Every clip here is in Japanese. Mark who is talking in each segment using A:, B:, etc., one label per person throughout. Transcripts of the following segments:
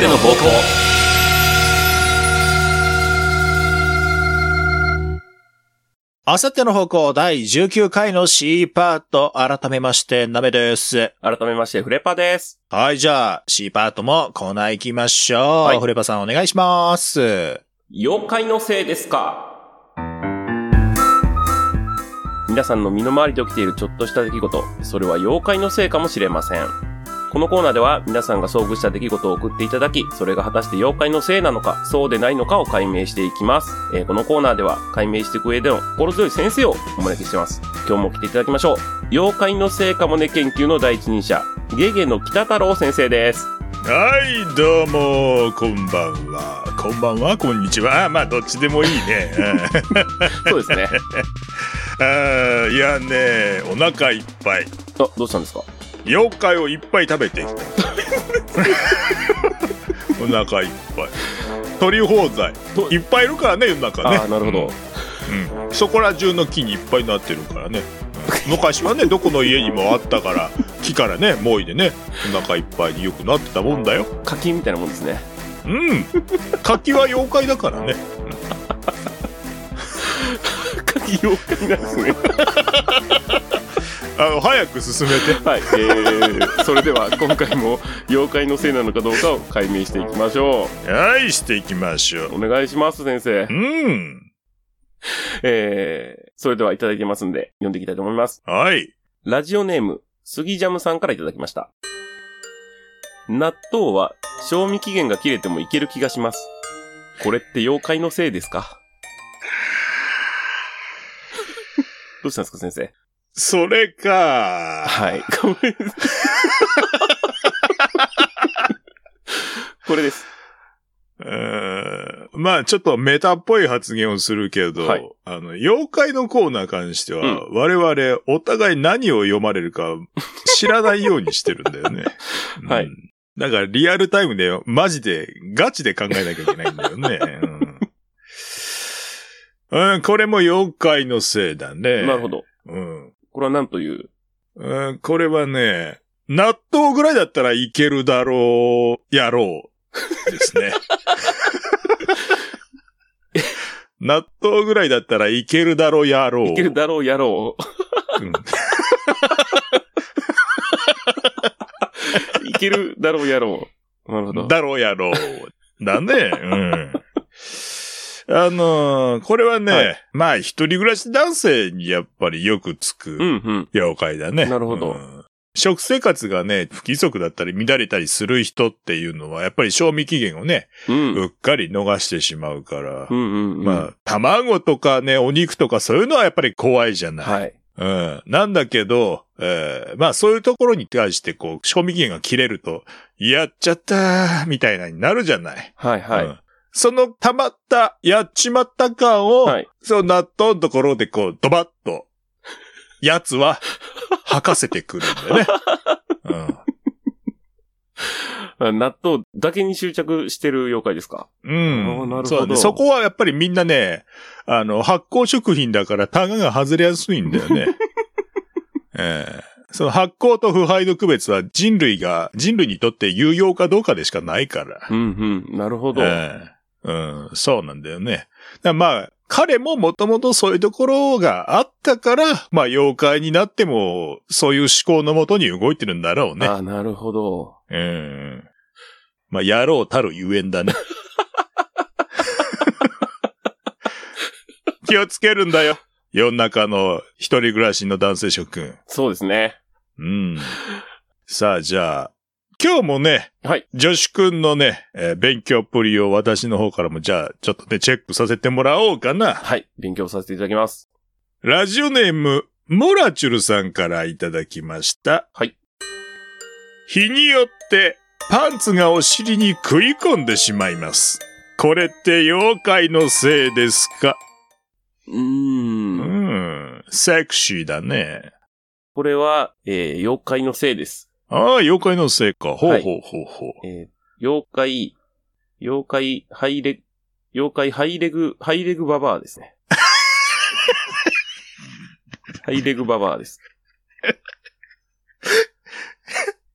A: での暴行
B: あさっての方向第19回の C パート、改めまして、なめです。
A: 改めまして、フレパです。
B: はい、じゃあ C パートもコーナー行きましょう。
A: はい
B: フレパさんお願いします。
A: 妖怪のせいですか皆さんの身の回りで起きているちょっとした出来事、それは妖怪のせいかもしれません。このコーナーでは皆さんが遭遇した出来事を送っていただき、それが果たして妖怪のせいなのか、そうでないのかを解明していきます。えーこのコーナーでは解明していく上での心強い先生をお招きしてます。今日も来ていただきましょう。妖怪のせいかもね研究の第一人者、ゲゲの北太郎先生です。
C: はい、どうも、こんばんは。こんばんは、こんにちは。あまあ、どっちでもいいね。
A: そうですね。
C: うんあーいやね、お腹いっぱい。
A: あ、どうしたんですか
C: 妖怪をいっぱい食べてきた。お腹いっぱい。鳥放題。
A: と
C: いっぱいいるからね、世の中ね
A: あ。あ、なるほど。
C: うん、そこら中の木にいっぱいなってるからね。うん昔はね、どこの家にもあったから、木からね、猛威でね、お腹いっぱいによくなってたもんだよ。
A: 課金みたいなもんですね。
C: うん。柿は妖怪だからね。
A: 課金妖怪なんですね。
C: あの早く進めて。
A: はい、えー、それでは今回も妖怪のせいなのかどうかを解明していきましょ
C: はい、していきましょ
A: う。お願いします、先生
C: う。う。ん。
A: えー、それではいただいてますんで、読んでいきたいと思います。
C: はい。
A: ラジオネーム、杉ジャムさんからいただきました。納豆は賞味期限が切れてもいける気がします。これって妖怪のせいです かどうしたんですか、先生。
C: それか。
A: はい。 ごめんなさい。これです。
C: うーん。まあ、ちょっとメタっぽい発言をするけど、
A: はい
C: あの、妖怪のコーナーに関しては、
A: う。
C: 我々、お互い何を読まれるか知らないようにしてるんだよね
A: はい
C: うんだから、リアルタイムで、マジで、ガチで考えなきゃいけないんだ よね。うん、うん、これも妖怪のせいだね。
A: なるほど。
C: うん。
A: これは何という
C: うん、これはね、納豆ぐらいだったらいけるだろう、やろう。で すね。納豆ぐらいだったらいけるだろう、やろう。
A: いけるだろう、やろ
C: うん
A: う。いけるだろう、やろう。なるほど。
C: だろう、やろう。だね。うん。あのーこれはね、
A: は
C: まあ、一人暮らし男性にやっぱりよくつ
A: うん、う
C: く
A: ん。
C: 妖怪だね。
A: なるほど
C: うん食生活がね、不規則だったり乱れたりする人っていうのは、やっぱり賞味期限をね、
A: うん。
C: うっかり逃してしまうから、
A: うん、うん。うん
C: まあ、卵とかね、お肉とかそういうのはやっぱり怖いじゃない。
A: はい。
C: うん。なんだけど、えーまあそういうところに対してこう、賞味期限が切れると、やっちゃったー、みたいなになるじゃない。
A: はい、は
C: う
A: い。
C: んその溜まった、やっちまった感を、
A: はい
C: その納豆のところでこう、ドバッと、やつは、吐かせてくるんだよ ね。うん。
A: 納豆だけに執着してる妖怪ですか
C: うん
A: あーなるほど
C: そうね。そこはやっぱりみんなね、あの、発酵食品だからタガが外れやすいんだよ ね。ええその発酵と腐敗の区別は人類が、人類にとって有用かどうかでしかないから。
A: うん、うん。なるほど。
C: ええうん、そうなんだよね。だからまあ、彼ももともとそういうところがあったから、まあ、妖怪になっても、そういう思考のもとに動いてるんだろうね。
A: あなるほど。
C: うん。まあ、やろうたるゆえん だね。気をつけるんだよ。世の中の一人暮らしの男性諸君。
A: そうですね。
C: うん。さあ、じゃあ、今日もね、
A: はい。
C: 女子君のね、えー勉強っぷりを私の方からも、じゃあ、ちょっとね、チェックさせてもらおうかな。
A: はい。勉強させていただきます。
C: ラジオネーム、モラチュルさんからいただきました。
A: はい。
C: 日によって、パンツがお尻に食い込んでしまいます。これって妖怪のせいですか
A: う
C: う
A: ーん。
C: ん、セクシーだね。
A: これは、えー、妖怪のせいです。
C: ああ、妖怪のせいか。ほうほうほうほう。
A: えー妖怪、妖怪、ハイレ、妖怪、ハイレグ、ハイレグババアですね。ハイレグババアです。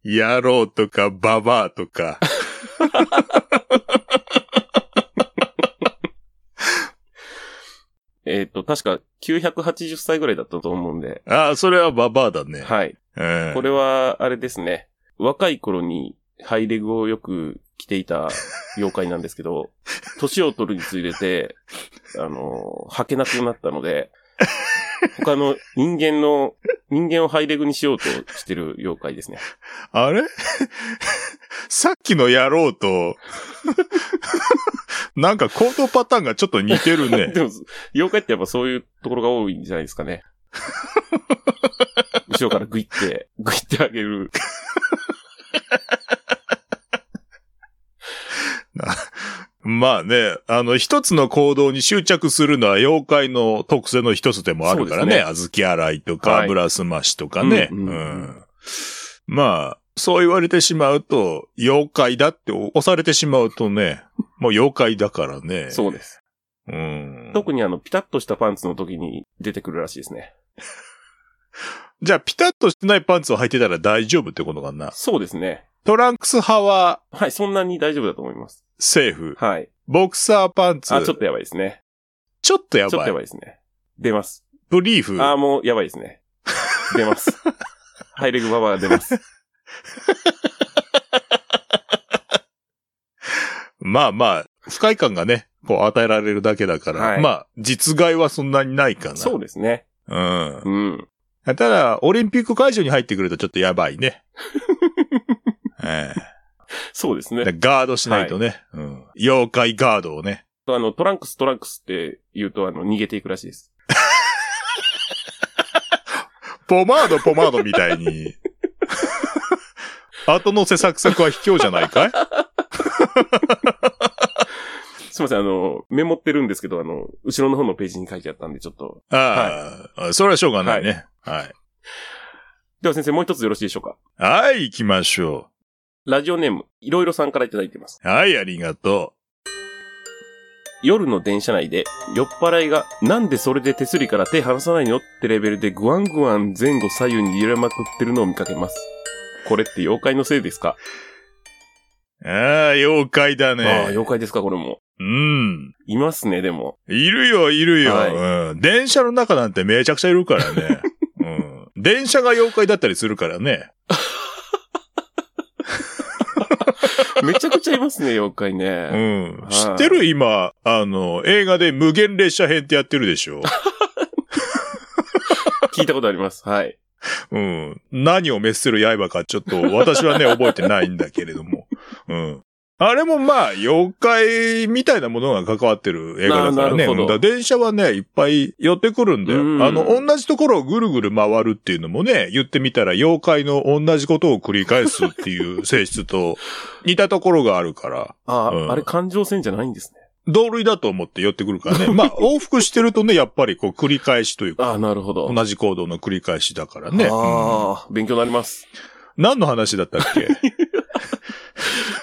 C: 野郎とか、ババアとか。
A: 確か980歳ぐらいだったと思うんで。
C: ああ、それはババアだね。
A: はい。
C: ええ
A: これは、あれですね。若い頃にハイレグをよく着ていた妖怪なんですけ ど、年を取るにつれて、あの、履けなくなったので、他の人間の、人間をハイレグにしようとしてる妖怪 ですね。
C: あれ さっきの野郎と、 なんか行動パターンがちょっと似てる ね。
A: でも、妖怪ってやっぱそういうところが多いんじゃないですか ね。後ろからグイって、グイってあげる。
C: まあね、あの、一つの行動に執着するのは妖怪の特性の一つでもあるから
A: そうで
C: ね。
A: すね
C: 小豆洗いとか、
A: はい
C: 油すましとかね。
A: うんうんうん
C: うんまあ、そう言われてしまうと、妖怪だって押されてしまうとね、もう妖怪だからね。
A: そうです。
C: う。うん。
A: 特にあの、ピタッとしたパンツの時に出てくるらしいですね。
C: じゃあ、ピタッとしてないパンツを履いてたら大丈夫ってことかな。
A: そうですね。
C: トランクス派は
A: はい、そんなに大丈夫だと思います。
C: セーフ。
A: はい。
C: ボクサーパンツ。
A: あ、ちょっとやばいですね。
C: ちょっとや
A: ちょっ
C: ば
A: とや。
C: い
A: ばいですね。出ます。
C: ブリーフ。
A: あー、もうやばいですね。出 ます。ハイレグババアが出ます。
C: まあまあ、不快感がね、こう与えられるだけだから、
A: はい
C: まあ、実害はそんなにないか な。
A: そうですね。
C: うん。
A: うん。
C: ただ、オリンピック会場に入ってくるとちょっとやばいね。え
A: そうですね。
C: えガードしないとね、うん。妖怪ガードをね。
A: あの、トランクス、トランクスって言うと、あの、逃げていくらしいです。
C: ポマード、ポマードみたいに。 後乗せサクサクは卑怯じゃないかい
A: すいません、あの、メモってるんですけど、あの、後ろの方のページに書いてあったんで、ちょっと。
C: ああ、それはしょうがないね。はい。
A: では先生、もう一つよろしいでしょうか。
C: はい、行きましょ
A: ラジオネーム、いろいろさんからいただいてます。
C: う。はい、ありがと
A: 夜の電車内で酔っ払いがなんでそれで手すりから手離さないのってレベルでグワングワン前後左右に揺れまくってるのを見かけます。これって妖怪のせいですか、
C: う。ああ、妖怪だね。
A: ああ、妖怪ですかこれも。
C: うん。
A: いますね、でも。
C: いるよ、いるよ、
A: はい
C: うん。電車の中なんてめちゃくちゃいるから ね。うん。電車が妖怪だったりするからね。
A: めちゃくちゃいますね、妖怪
C: う
A: ね。
C: ん。
A: はい
C: 知ってる今、あの、映画で無限列車編ってやってるでしょ。
A: 聞いたことあります。はい。
C: うん。何を滅する刃かちょっと私はね、覚えてないんだけれ ども。うん。あれもまあ、妖怪みたいなものが関わってる映画だから
A: あ
C: ね。
A: なるほど
C: うんだから電車はね、いっぱい寄ってくるんだよ。
A: うん
C: あの、同じところをぐるぐる回るっていうのもね、言ってみたら妖怪の同じことを繰り返すっていう性質と似たところがあるから、
A: ああ、
C: うん
A: あれ環状線じゃないんですね。
C: 同類だと思って寄ってく るからね。まあ、往復してるとね、やっぱりこう繰り返しというか、
A: ああ、なるほど。
C: 同じ行動の繰り返しだからね。うん
A: ああ、勉強になります。
C: 何の話だったっけ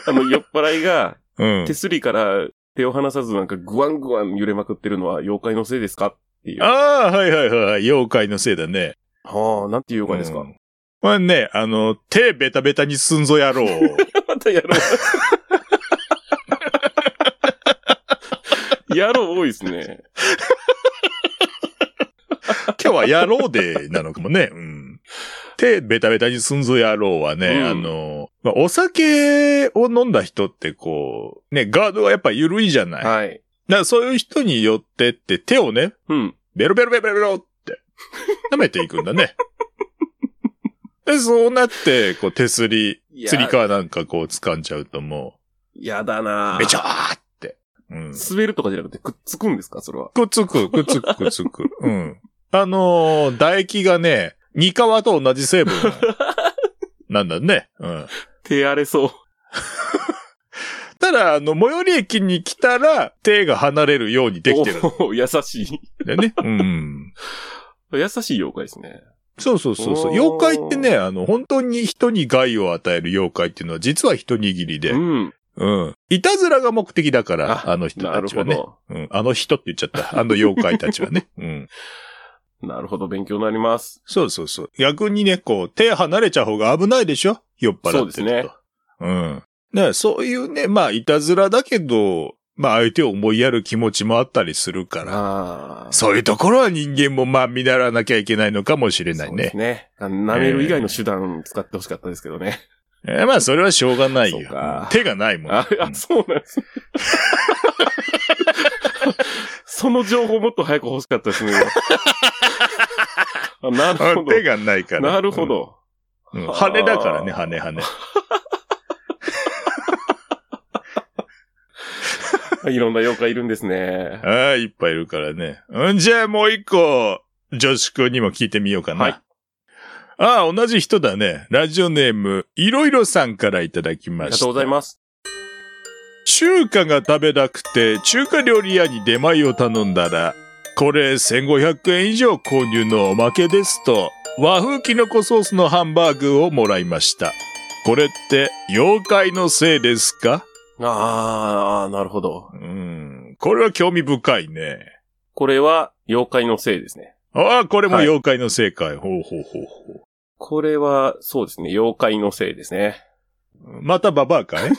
A: あの、酔っ払いが
C: うん
A: 手。すりから手を離さずなんかグワングワン揺れまくってるのは妖怪のせいですかっていう。あ
C: ああ、はいはいはい。妖怪のせいだね。
A: あ、なんていう妖怪ですか、
C: うんこれね、あの、手ベタベタにすんぞ野郎。
A: またやろう。やろう多いですね。
C: 今日は野郎でなのかもね。うん。手ベタベタにすんぞ野郎はね、
A: うん
C: あの、まあお酒を飲んだ人ってこう、ね、ガードがやっぱ緩いじゃない。だか
A: はい。
C: らそういう人によってって手をね、
A: うん。
C: ベロベロベロベロって、舐めていくん だね。で、そうなって、こう手すり、
A: いや
C: 釣り革なんかこう掴んじゃうともう、
A: やだなぁ
C: べちゃーって。うん。
A: 滑るとかじゃなくてくっつくんですかそれは。
C: くっつく、くっつく、くっつく。うん。あのー唾液がね、ニカワと同 じ成分なんだね。うん。
A: 手荒れそう。
C: ただ、あの、最寄り駅に来たら、手が離れるようにできてるん
A: おー 優しい。
C: だよね。うん。
A: 優しい妖怪ですね。
C: そうそうそうそう。
A: おー
C: 妖怪ってね、あの、本当に人に害を与える妖怪っていうのは、実は一握りで
A: う。ん。
C: うん。いたずらが目的だから、
A: あ
C: あの人
A: な
C: た
A: る
C: ちは
A: ほ
C: ね。
A: ど。
C: うん。あの人って言っちゃった。あの妖怪たちは ね。うん。
A: なるほど。勉強になります。
C: そうそうそう。逆にね、こう、手離れちゃう方が危ないでしょ酔っ払ってると。
A: そうですね。
C: うん。だからそういうね、まあ、いたずらだけど、まあ相手を思いやる気持ちもあったりするから、
A: ああ。
C: そういうところは人間もまあ見習わなきゃいけないのかもしれない
A: そうで
C: ね
A: す。ね。あの舐める以外の手段使ってほしかったですけどね。
C: えーまあそれはしょうがない
A: そう
C: よ
A: か。
C: 手がないもん。
A: あ、あそうなんです。その情報もっと早く欲しかったですね。今あなるほ
C: あ
A: ど。
C: 手がないから。
A: なるほど。
C: うん。うん羽だからね、羽羽。
A: いろんな妖怪いるんですね。
C: ああ、いっぱいいるからね。うん、じゃあもう一個、女子くんにも聞いてみようかな。
A: はい
C: ああ、同じ人だね。ラジオネーム、いろいろさんからいただき
A: あ
C: まし
A: り
C: た。
A: がとうございます。
C: 中華が食べたくて、中華料理屋に出前を頼んだら、これ1500円以上購入のおまけですと、和風キノコソースのハンバーグをもらいました。これって、妖怪のせいですか
A: ああ、なるほど。
C: うん、これは興味深いね。
A: これは妖怪のせいですね。
C: ああ、これも妖怪の正解。ほうほうほうほう。
A: これは、そうですね。妖怪のせいですね。
C: またババアかい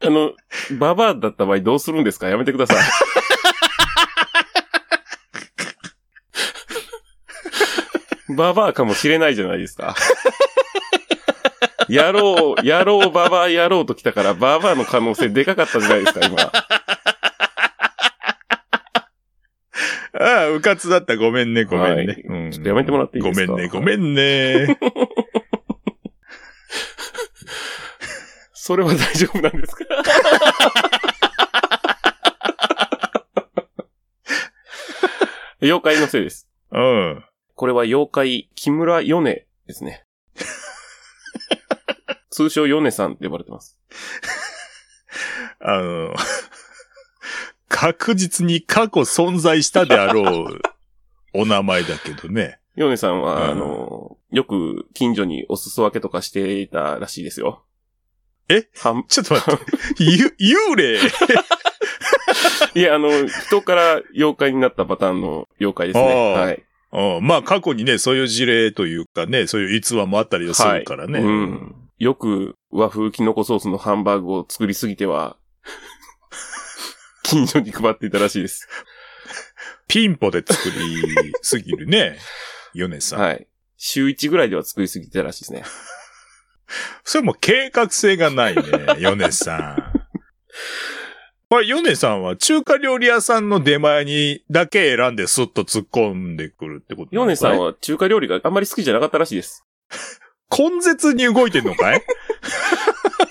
A: あの、ババアだった場合どうするんですかやめてください。ババアかもしれないじゃないですか。やろう、やろう、ババアやろうと来たから、ババアの可能性でかかったじゃないですか、今。
C: ああ、うかつだった。ごめんね、ごめんね。
A: はい
C: うん
A: ちょっとやめてもらっていいですか
C: ごめんね、ごめんね。
A: それは大丈夫なんですか妖怪のせいです。
C: うん。
A: これは妖怪、木村ヨネです ね。通称ヨネさんって呼ばれてます。
C: あの、確実に過去存在したであろうお名前だけどね。
A: ヨネさんは、
C: うん
A: あの、よく近所にお裾分けとかしていたらしいですよ。
C: え
A: はん
C: ちょっと待って。ゆ、幽霊
A: いや、あの、人から妖怪になったパターンの妖怪です
C: あ
A: ね。
C: あ
A: はい。
C: うん。まあ過去にね、そういう事例というかね、そういう逸話もあったりはするからね。
A: はいうん。よく和風キノコソースのハンバーグを作りすぎて は、近所に配っていたらしいです。
C: ピンポで作りすぎるね。 ヨネさん。
A: はい。週1ぐらいでは作りすぎてたらしいですね。
C: それも計画性 がないね、ヨネさん。これ、ヨネさんは中華料理屋さんの出前にだけ選んでスッと突っ込んでくるってことな
A: ヨ
C: のかい
A: ネさんは中華料理があんまり好きじゃなかったらしいです。
C: 根絶に動いてんのかい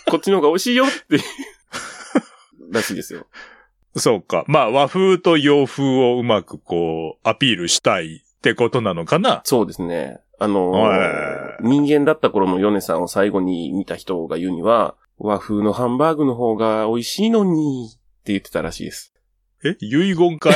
A: こっちの方が美味しいよ って。らしいですよ。
C: そうか。まあ、和風と洋風をうまくこう、アピールしたいってことなのかな
A: そうですね。あのー
C: はい
A: 人間だった頃のヨネさんを最後に見た人が言うには、和風のハンバーグの方が美味しいのに、って言ってたらしいです。
C: え遺言 かい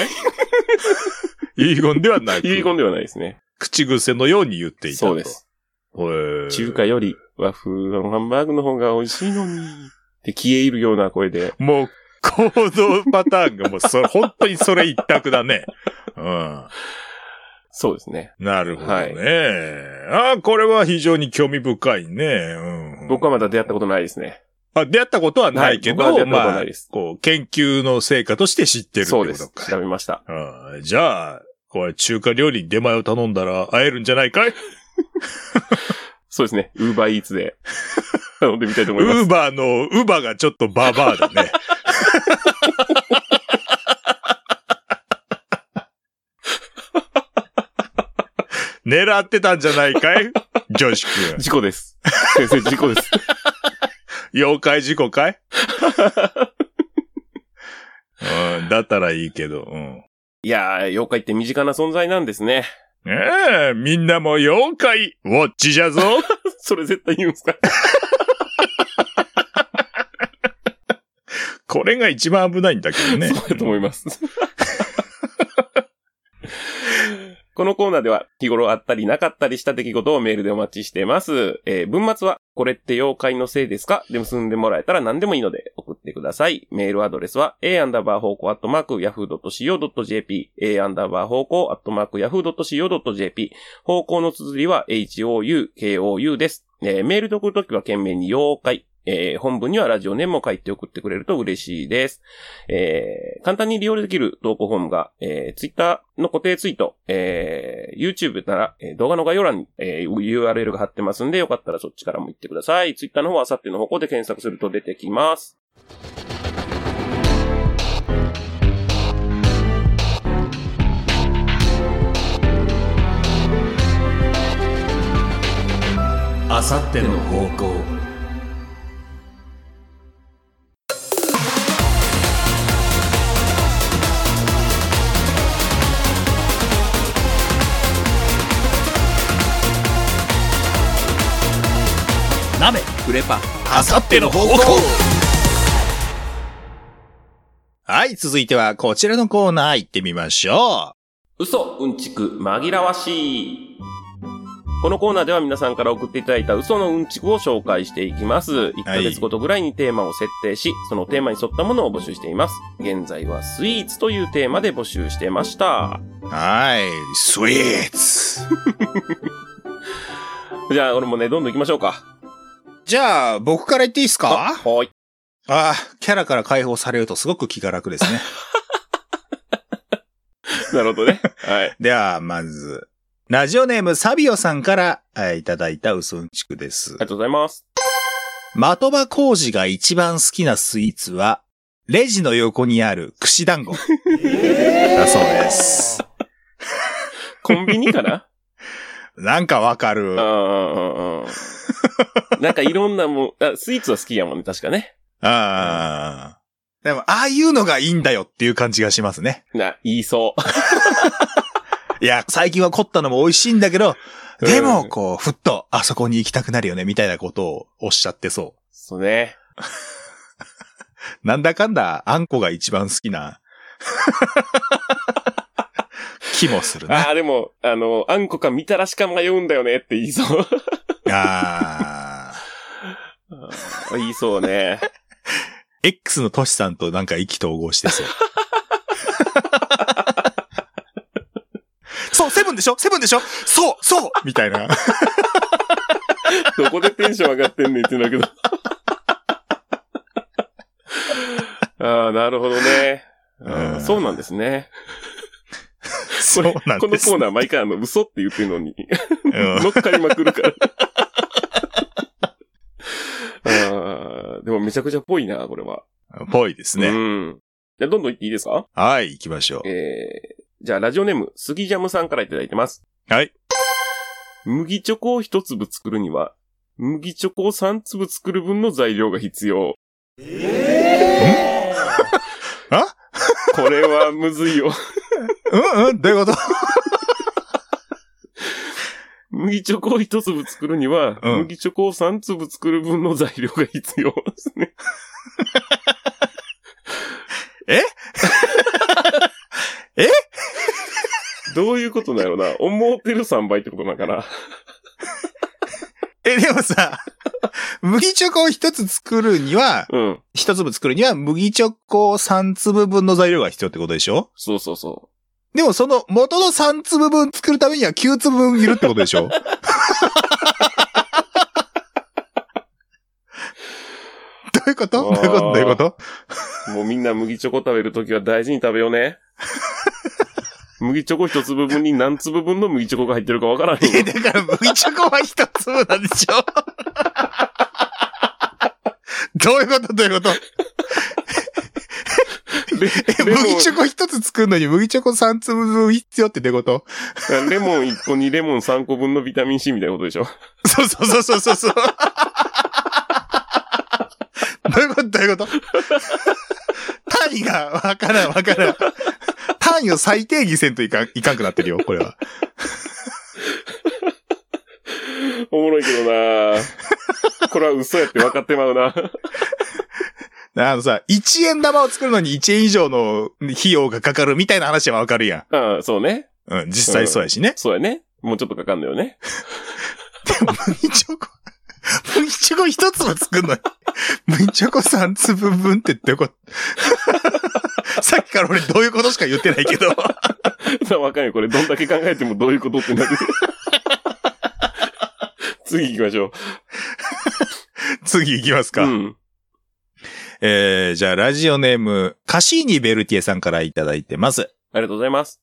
C: 遺言ではない。
A: 遺言ではないですね。
C: 口癖のように言っていたと。
A: そうです。。
C: へー
A: 中華より和風のハンバーグの方が美味しいのに。って消え入るような声で。
C: もう、行動パターンがもう、 それ、本当にそれ一択だね。うん。
A: そうですね。
C: なるほどね。
A: はい
C: ああ、これは非常に興味深いね。うん、
A: 僕はまだ出会ったことないですね。
C: あ、出会ったことはないけど、
A: はい僕は出会ったことは
C: ま
A: な
C: あ
A: いです、
C: こう、研究の成果として知ってるって
A: そ
C: こ
A: うで
C: と
A: す。
C: か。
A: 調べました。
C: うんじゃあ、これ中華料理に出前を頼んだら会えるんじゃないかい
A: そうですね。ウーバーイーツで頼んでみたいと思いま
C: ウー
A: す。
C: バーの、ウーバーがちょっとババアだね。 狙ってたんじゃないかい女子くん。
A: 事故です。先生、事故です。
C: 妖怪事故かいうん、だったらいいけど、うん。
A: いやー、妖怪って身近な存在なんですね。
C: ええみんなも妖怪、ウォッチじゃぞ
A: それ絶対言うんですか
C: これが一番危ないんだけどね。
A: そうだと思います。 このコーナーでは日頃あったりなかったりした出来事をメールでお待ちしてます。えー文末はこれって妖怪のせいですかで結んでもらえたら何でもいいので送ってください。メールアドレスは a アンダーバー方向アットマーク yahoo.co.jp a アンダーバー方向アットマーク yahoo.co.jp 方向の綴りは houkou です。えーメールで送るときは懸命に妖怪、えー本文にはラジオネームを書いて送ってくれると嬉しいです。えー簡単に利用できる投稿フォームが、えー、Twitter の固定ツイート、えー YouTube なら、えー動画の概要欄に、えー URL が貼ってますんで、よかったらそっちからも行ってください。Twitter の方はあさっての方向で検索すると出てきます。
B: あさっての方向。なめ、
A: クレパ。
B: あさっての方向
C: はい、続いてはこちらのコーナー行ってみましょ
A: 嘘、うんちく、紛らわしい。このコーナーでは皆さんから送っていただいた嘘のうんちくを紹介していきます。1ヶ月ごとぐらいにテーマを設定し、そのテーマに沿ったものを募集しています。現在はスイーツというテーマで募集してました。
C: う。はい、スイーツ。
A: じゃあ、俺もね、どんどん行きましょうか。
C: じゃあ、僕から言っていいですか
A: はーい。
C: ああ、キャラから解放されるとすごく気が楽です ね。
A: なるほどね。はい。
C: では、まず、ラジオネームサビオさんからえーいただいたウソンチクです
A: ありが。とうございます。
C: 的場工事が一番好きなスイーツは、レジの横にある串 団子。だそうです。
A: コンビニかな
C: なんかわか
A: う
C: る
A: んう。んうんうん。なんかいろんなもん、あ、スイーツは好きやもんね、確かね。
C: ああ。でも、ああいうのがいいんだよっていう感じがしますね。
A: な、言いそう。
C: いや、最近は凝ったのも美味しいんだけど、
A: うん
C: でも、こう、ふっと、あそこに行きたくなるよね、みたいなことをおっしゃってそ
A: そうね。
C: う。なんだかんだ、あんこが一番好きな、気もす るな。
A: ああ、でも、あの、あんこかみたらしか迷うんだよねって言いそう。
C: ああ。
A: 言いそうね。
C: X のトシさんとなんか意気投合してそう。 そう、セブンでしょセブンでしょそうそうみたいな。
A: どこでテンション上がってんねんって言うんだけど。ああ、なるほどね。あ
C: う
A: ー
C: ん
A: そうなんですね。
C: そうなん
A: この
C: です。
A: コーナー毎回あの、嘘って言ってるのに、
C: うん
A: 乗っかりまくる から。あーでもめちゃくちゃぽいな、これは。
C: ぽいです
A: う
C: ね。
A: ん。じゃあどんどんいっていいですか
C: はい、行きましょう。
A: えー、じゃあ、ラジオネーム、スギジャムさんからいただいてます。
C: はい。
A: 麦チョコを一粒作るには、麦チョコを三粒作る分の材料が必要。え
C: あ
A: これはむずいよ。
C: うんうん、どういうこと
A: 麦チョコを一粒作るには、
C: うん
A: 麦チョコを三粒作る分の材料が必要ですね。
C: え え
A: どういうことなのな思ってる3倍ってことなんかな
C: え、でもさ、麦チョコを一つ作るには、
A: うん。
C: 一粒作るには麦チョコ三粒分の材料が必要ってことでしょ
A: そうそうそ
C: でもその元の三粒分作るためには九粒分いるってことでしょどういうことどういうことどういうこと
A: う。もうみんな麦チョコ食べるときは大事に食べよう ね。麦チョコ一粒分に何粒分の麦チョコが入ってるかわからへんよ
C: え、。だから麦チョコは一粒なんでしょ どういうことどういうことえ、
A: レモン
C: 麦チョコ一つ作るのに麦チョコ三粒分必要ってどういうこと
A: レモン1個にレモン3個分のビタミン C みたいなことでしょ
C: そうそうそうそうそうそう。どういうことどういうこと単位がわからんわからん。単位を最定義せんといかん、いかんくなってるよ、これは。
A: おもろいけど なこれは嘘やって分かってまうな。
C: あのさ、1円玉を作るのに1円以上の費用がかかるみたいな話はわかるや
A: ああ、そうね。
C: ん。うん、実際そうやしね。
A: そうやね。もうちょっとかかんのよね。
C: 麦チョコ、麦チョコ一粒作るのに、麦チョコ三粒分ってどういうこと さっきから俺どういうことしか言ってないけど。
A: さあ、わかんない。これ、どんだけ考えてもどういうことって なる。次行きましょう。
C: 次行きますか。
A: うん。
C: えー、じゃあラジオネーム、カシーニ・ベルティエさんからいただいてます。
A: ありがとうございます。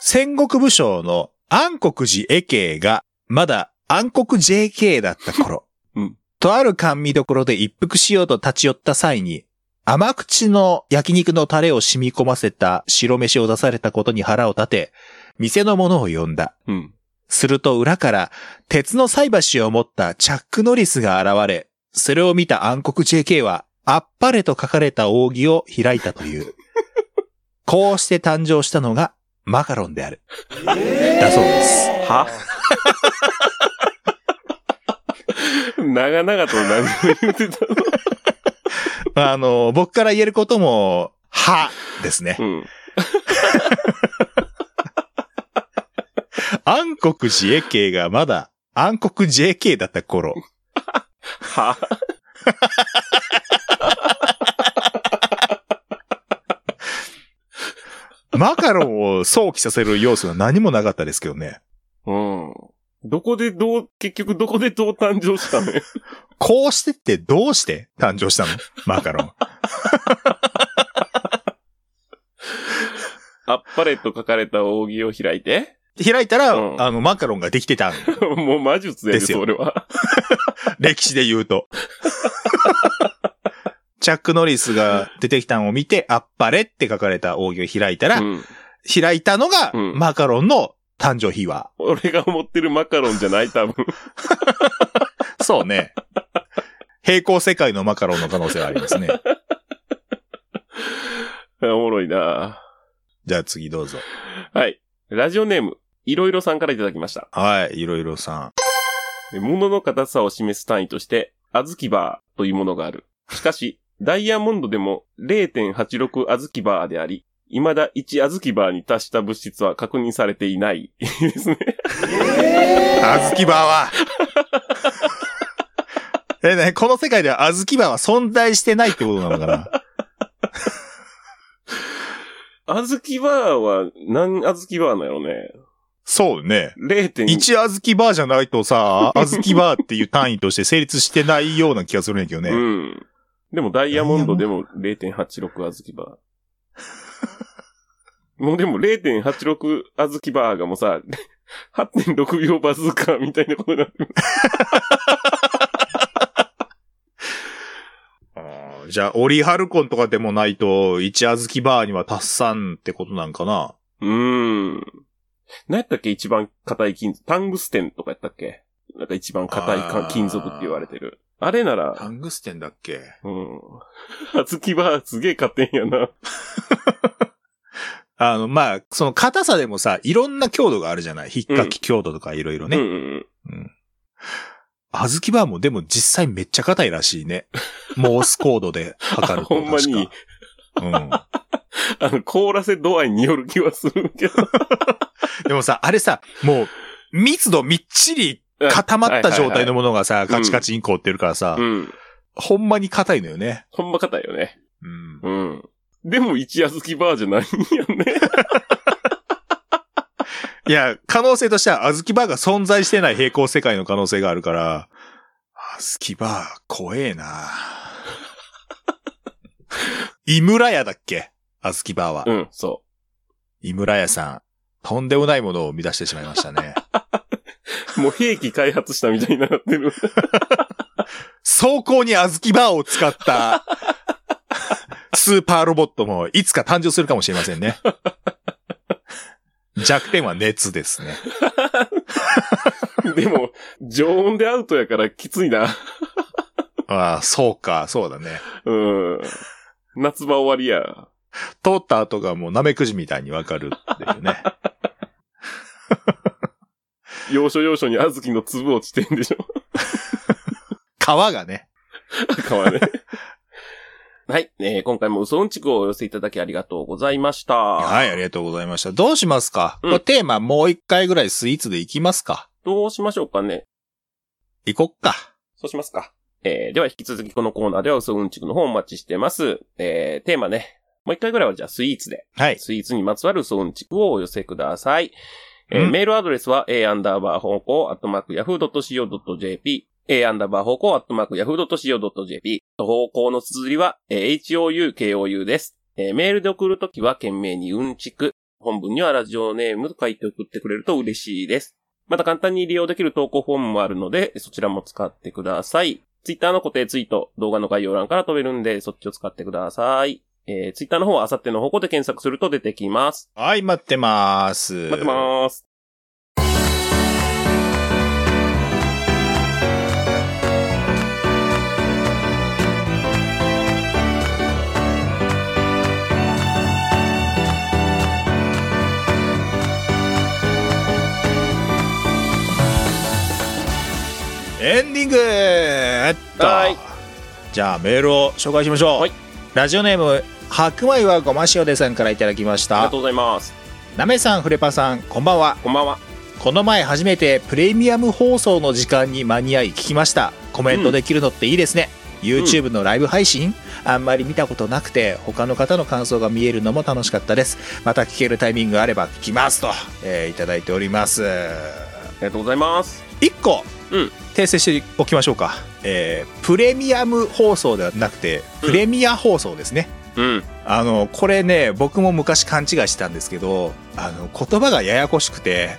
C: 戦国武将の暗黒寺絵慶が、まだ暗黒 JK だった頃。
A: うん
C: とある甘味どころで一服しようと立ち寄った際に、甘口の焼肉のタレを染み込ませた白飯を出されたことに腹を立て、店の者を呼んだ。
A: うん。
C: すると裏から鉄の菜箸を持ったチャック・ノリスが現れ、それを見た暗黒 JK は、あっぱれと書かれた扇を開いたという。こうして誕生したのがマカロンである。だそうです。
A: は 長々と何を言ってた の
C: あの、僕から言えることも、は、ですね
A: う。ん。
C: 暗黒 JK がまだ暗黒 JK だった頃。
A: は
C: マカロンを想起させる要素は何もなかったですけどね。
A: うん。どこでどう、結局どこでどう誕生した のよ。
C: こうしてってどうして誕生したのマカロン。
A: あっぱれと書かれた扇を開いて
C: 開いたら、
A: うん
C: あの、マカロンができてたん。
A: もう魔術やで、
C: ですよ
A: それ は。
C: 歴史で言うと。 チャック・ノリスが出てきたのを見て、あっぱれって書かれた扇を開いたら、
A: うん。
C: 開いたのが、
A: うん
C: マカロンの誕生秘話。
A: 俺が思ってるマカロンじゃない、多分。
C: そうね。平行世界のマカロンの可能性はありま すね。
A: おもろいな
C: じゃあ次どうぞ。
A: はい。ラジオネーム、いろいろさんからいただきました。
C: はい、いろいろさん。
A: 物の硬さを示す単位として、小豆バーというものがある。しかし、ダイヤモンドでも0.86小豆バーであり、未だ1小豆バーに達した物質は確認されていない。ですね。
C: あずきバーはえ、ね、この世界ではあずきバーは存在してないってことなのかな
A: 小豆バーは何小豆バーなんやろね。
C: そうね。
A: 0.1
C: 一あずきバーじゃないとさ、あずきバーっていう単位として成立してないような気がするんやけどね。
A: うん。でもダイヤモンドでも0.86小豆バ ー。もうでも0.86小豆バーがもうさ、8.6秒バズーカーみたいなことになってる。
C: あーじゃあ、オリハルコンとかでもないと、一あずきバーには達さんってことなんかな
A: うーん。何やったっけ一番硬い金属。タングステンとかやったっけなんか一番硬いか
C: あー
A: 金属って言われてる。あれなら、
C: ングステンだっけ
A: うん。小豆バーすげえ硬いんやな。
C: あの、まあ、その硬さでもさ、いろんな強度があるじゃない引っかき強度とかいろいろ
A: うんう
C: ね。
A: んうん。
C: あずきバーもでも実際めっちゃ硬いらしいね。モースコードで測ると
A: あ ほんまに
C: 確かうん。
A: あの、凍らせ度合いによる気はするけど。
C: でもさ、あれさ、もう、密度みっちり 固まった状態のものがさ、
A: いはい
C: カチカチに凍ってるからさ、
A: うん。
C: ほんまに硬いのよね。
A: ほんま硬いよね。
C: うん。
A: うん。でも、一夜好きバーじゃないんよ ね。
C: いや、可能性としては、あずきバーが存在してない平行世界の可能性があるから、あずきバー、怖 えな井村屋だっけあずきバーは。
A: うん、そ
C: 井村屋さん。とんでもないものを生み出してしまいまし たね。
A: う。もう兵器開発したみたいになって る。
C: 走行にあずきバーを使った、スーパーロボットもいつか誕生するかもしれませんね。弱点は熱ですね。
A: でも、常温でアウトやからきついな。
C: ああ、そうか、そうだね。
A: うん。夏場終わりや。
C: 通った後がもうナメクジみたいにわかるっていうね。
A: 要所要所に小豆の粒落ちてんでしょ。
C: 皮がね。
A: かわね。 はい。えー今回も嘘うんちくをお寄せいただきありがとうございました。。
C: はいい、ありがとうございました。どうしますか、
A: うん
C: これテーマもう一回ぐらいスイーツでいきますか
A: どうしましょうかね。
C: いこっか。
A: そうしますか。えーでは引き続きこのコーナーでは嘘うんちくの方お待ちしてます。えーテーマね。もう一回ぐらいはじゃあスイーツで。
C: はい。
A: スイーツにまつわるソンチクをお寄せください。えー
C: うん
A: メールアドレスは a アンダーバー方向、アットマーク yahoo.co.jp、 a アンダーバー方向アットマーク yahoo.co.jp。方向の綴りは、えー houkou です。えーメールで送るときは、懸命にうんちく。本文にはラジオネームと書いて送ってくれると嬉しいです。また簡単に利用できる投稿フォームもあるので、そちらも使ってください。ツイッターの固定ツイート、動画の概要欄から飛べるんで、そっちを使ってください。えー、ツイッターの方はあさっての方向で検索すると出てきます。
B: はい、待ってます。
A: 待ってまーす。
B: エンディングえっと
A: はい
B: じゃあメールを紹介しましょう、
A: はい
B: ラジオネーム白米はごま塩でさんからいただきまし
A: ありが
B: た
A: とうございます。
B: なめさんフレパさんこんばんは
A: こんばんは。
B: この前初めてプレミアム放送の時間に間に合い聞きましたコメントできるのっていいですね、YouTube のライブ配信あんまり見たことなくて他の方の感想が見えるのも楽しかったですまた聞けるタイミングがあれば聞きますと、えーいただいております
A: ありがとうございます。
B: 一個、
A: うん
B: 訂正しておきましょうか、えープレミアム放送ではなくて
A: うん
B: プレミア放送ですね、
A: うん。
B: あのこれね僕も昔勘違いしてたんですけどあの言葉がややこしくて、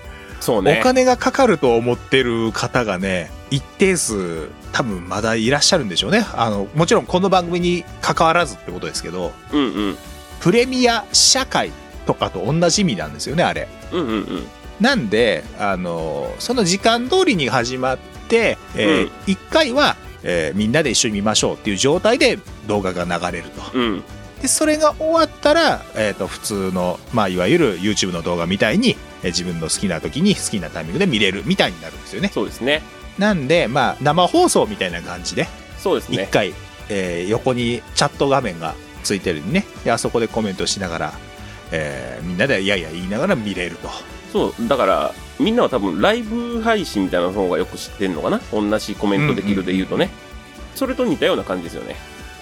A: そうね。
B: お金がかかると思ってる方がね一定数多分まだいらっしゃるんでしょうねあのもちろんこの番組に関わらずってことですけど
A: うんうん。
B: プレミア社会とかと同じ意味なんですよねあれ
A: うんうんうん。
B: なんであのその時間通りに始まって、え
A: うん
B: 1回は、えーみんなで一緒に見ましょうっていう状態で動画が流れると
A: うん。
B: でそれが終わったら、えー、と普通の、まあ、いわゆる YouTube の動画みたいに、えー自分の好きな時に好きなタイミングで見れるみたいになるんですよね
A: そうですね。
B: なんで、まあ、生放送みたいな感じで
A: そうです
B: 1
A: ね。
B: 回、えー横にチャット画面がついてるんでねであそこでコメントしながら、えーみんなでいやいや言いながら見れると。
A: そう。だから、みんなは多分ライブ配信みたいな方がよく知ってんのかな同じコメントできるで言うとね。それと似たような感じですよね。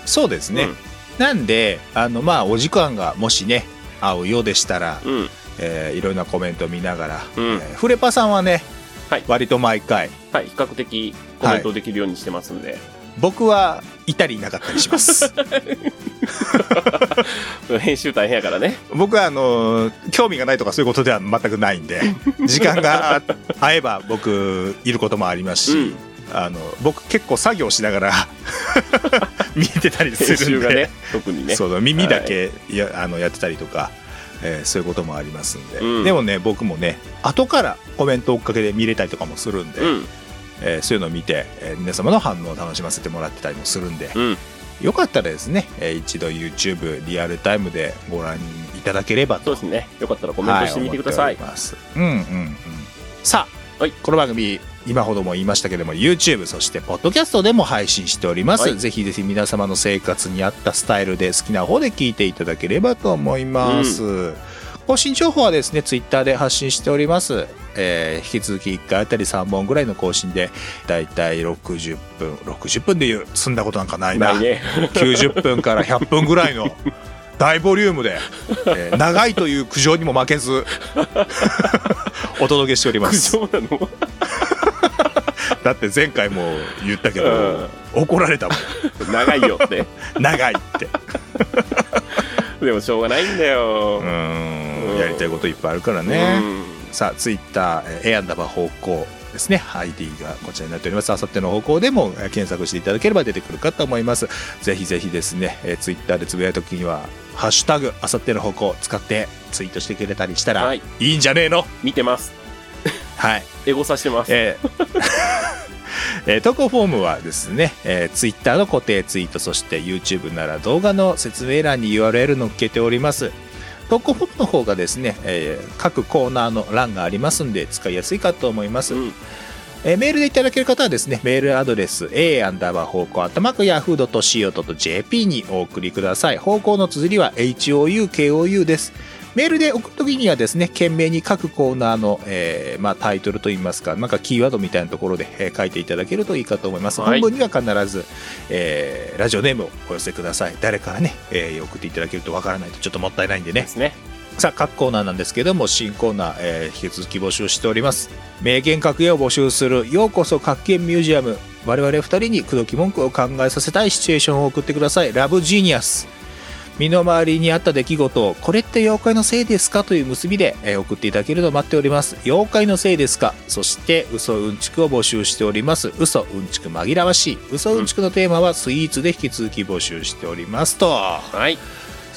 B: そうですね、
A: うん
B: なんであのまあお時間がもしね合うようでしたら、
A: うん。
B: えーいろんなコメント見ながら、
A: うん
B: えーフレパさんはね、
A: はい
B: 割と毎回
A: はい。比較的コメントできるようにしてますんで。
B: 僕はいたりいなかったりします
A: 編集大変やからね。
B: 僕はあのー興味がないとかそういうことでは全くない んで時間が合えば僕いることもあり ます
A: う
B: し、
A: ん。
B: あの僕結構作業しながら 見てたりす
A: 編
B: る
A: 集
B: ん
A: が
B: で、
A: ね、特にね。
B: そうだ耳だけや,、あのやってたりとか、えーそういうこともありますんで、
A: うん
B: でもね僕もね後からコメント追っかけで見れたりとかもするんで、
A: うん。
B: えーそういうのを見て、えー皆様の反応を楽しませてもらってたりもするんで、
A: うん。
B: よかったらですね、えー一度 YouTube リアルタイムでご覧いただければ
A: そう
B: と
A: ですね。よかったらコメントしてみてくだ
B: は
A: さ
B: い
A: い。
B: 思っておりますうんうんうんさあ、
A: はい
B: この番組今ほども言いましたけども YouTube そしてポッドキャストでも配信しておりま
A: は
B: す、
A: い
B: ぜひぜひ皆様の生活に合ったスタイルで好きな方で聞いていただければと思います、更新情報はですね Twitter で発信しております、えー引き続き1回あたり3本ぐらいの更新でだいたい60分60分でいう積んだことなん かないな
A: ないね。
B: 90分から100分ぐらいの大ボリュームで、えー長いという苦情にも負けずお届けしておりま
A: 苦
B: す
A: 情なの
B: だって前回も言ったけど、怒られたもん
A: 長いよって。
B: 長いって
A: でもしょうがないんだよ
B: う。ー
A: うんん
B: やりたいこといっぱいあるから
A: う
B: ね、
A: ん
B: さあツイッター A アンダーバー方向ですね ID がこちらになっておりますあさっての方向でもえー検索していただければ出てくるかと思いますぜひぜひですね、えー、ツイッターでつぶやいた時には「ハッシュタグあさっての方向」使ってツイートしてくれたりしたら、
A: はいい、
B: いんじゃねえの
A: 見てます。
B: はい。
A: エゴさしてます。
B: えーえー投稿フォームはですね、えー、Twitter の固定ツイート、そして YouTube なら動画の説明欄に URL 載っけております。投稿フォームの方がですね、えー各コーナーの欄がありますんで、使いやすいかと思います。
A: うん
B: えーメールでいただける方はですね、メールアドレス a アンダーバー方向アットマーク yahoo.co.jp にお送りください。方向の綴りは houkou です。メールで送るときにはですね、懸命に各コーナーの、えーまあ、タイトルといいますか、なんかキーワードみたいなところで、えー書いていただけるといいかと思います。
A: はい
B: 本文には必ず、えーラジオネームをお寄せください。誰からね、えー送っていただけるとわからないとちょっともったいないんでね
A: で。すね。
B: さあ各コーナーなんですけども新コーナー、えー引き続き募集しております名言格言を募集する「ようこそ格言ミュージアム」我々二人に口説き文句を考えさせたいシチュエーションを送ってくださいラブジーニアス身の回りにあった出来事をこれって妖怪のせいですかという結びでえー送っていただけると待っております妖怪のせいですかそして嘘うんちくを募集しております嘘うんちく紛らわしい嘘うんちくのテーマはスイーツで引き続き募集しておりますと、
A: はい。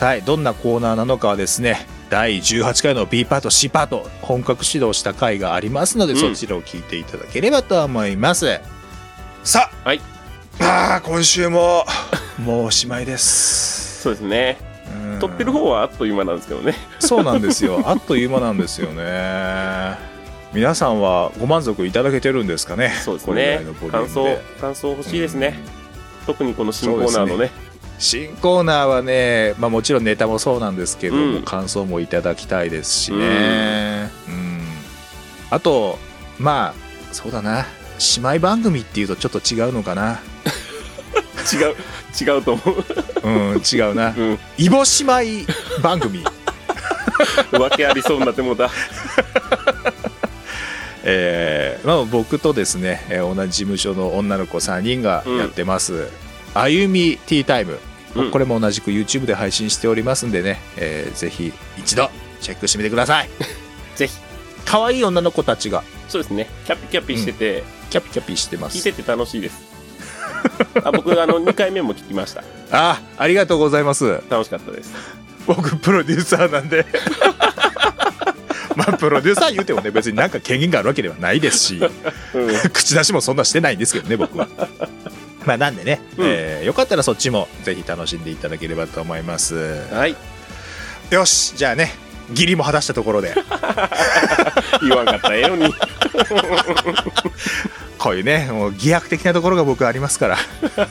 B: はい、どんなコーナーなのかはですね第18回の B パート C パート本格始動した回がありますので、
A: うん
B: そちらを聞いていただければと思います
C: さあ、
A: はい
C: ああ今 週ももうおしまいです
A: そうですね。
C: うん
A: 撮ってる方はあっという間なんですけどね。
C: そうなんで すよ
B: あっという間なんですよね
C: 皆さんはご満足いただけてるんですかね
A: そうです
C: これぐら
A: ね
C: いのボ。リュ
A: 感
C: ームで
A: 想、感想欲しいですね。特にこの新コーナーのね。
B: 新コーナーはね、まあ、もちろんネタもそうなんですけど、
A: うん
B: 感想もいただきたいですしね、うんあとまあそうだな姉妹番組っていうとちょっと違うのかな
A: 違う、違うと思う。
B: うん違う な
A: うん。
B: イボ姉妹番 組
A: わけありそうになってもうた。
B: えーまあ、僕とですね、えー同じ事務所の女の子3人がやってます、あゆみティータイ
A: う
B: ム、
A: ん
B: これも同じく YouTube で配信しておりますんでね、えーぜひ一度チェックしてみてください
A: ぜひ。
B: 可愛い女の子たちが
A: そうですね。キャピキャピしてて、
B: キャピキャピしてま
A: 聞い
B: す
A: てて楽しいです。あ僕、あの、2回目も聞きました。
B: あありがとうございます
A: 楽しかったです。
C: 僕プロデューサーなんでまあプロデューサー言うてもね別になんか権限があるわけではないですし
A: うん。
C: 口出しもそんなしてないんですけどね僕は
B: まあなんでね、
A: うん
B: えーよかったらそっちもぜひ楽しんでいただければと思います
A: はい。
B: よしじゃあね義理も果たしたところ で
A: 言わんかったらええのに。
B: こういうね、もう偽悪的なところが僕ありますから。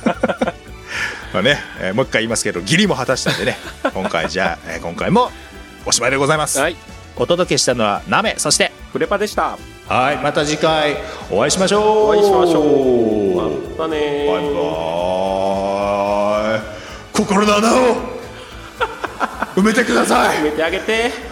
C: まあね、えーもう一回言いますけど義理も果たしたんでね今回じゃあ、えー今回もおしまいでございます
A: はい。
B: お届けしたのはナメ、そして、
A: フレパでした。
B: はい、また次回お会いしましょう。
A: お会いしましょう。またねー。
C: バイバーイ心の穴を埋めてください
A: 埋めてあげて。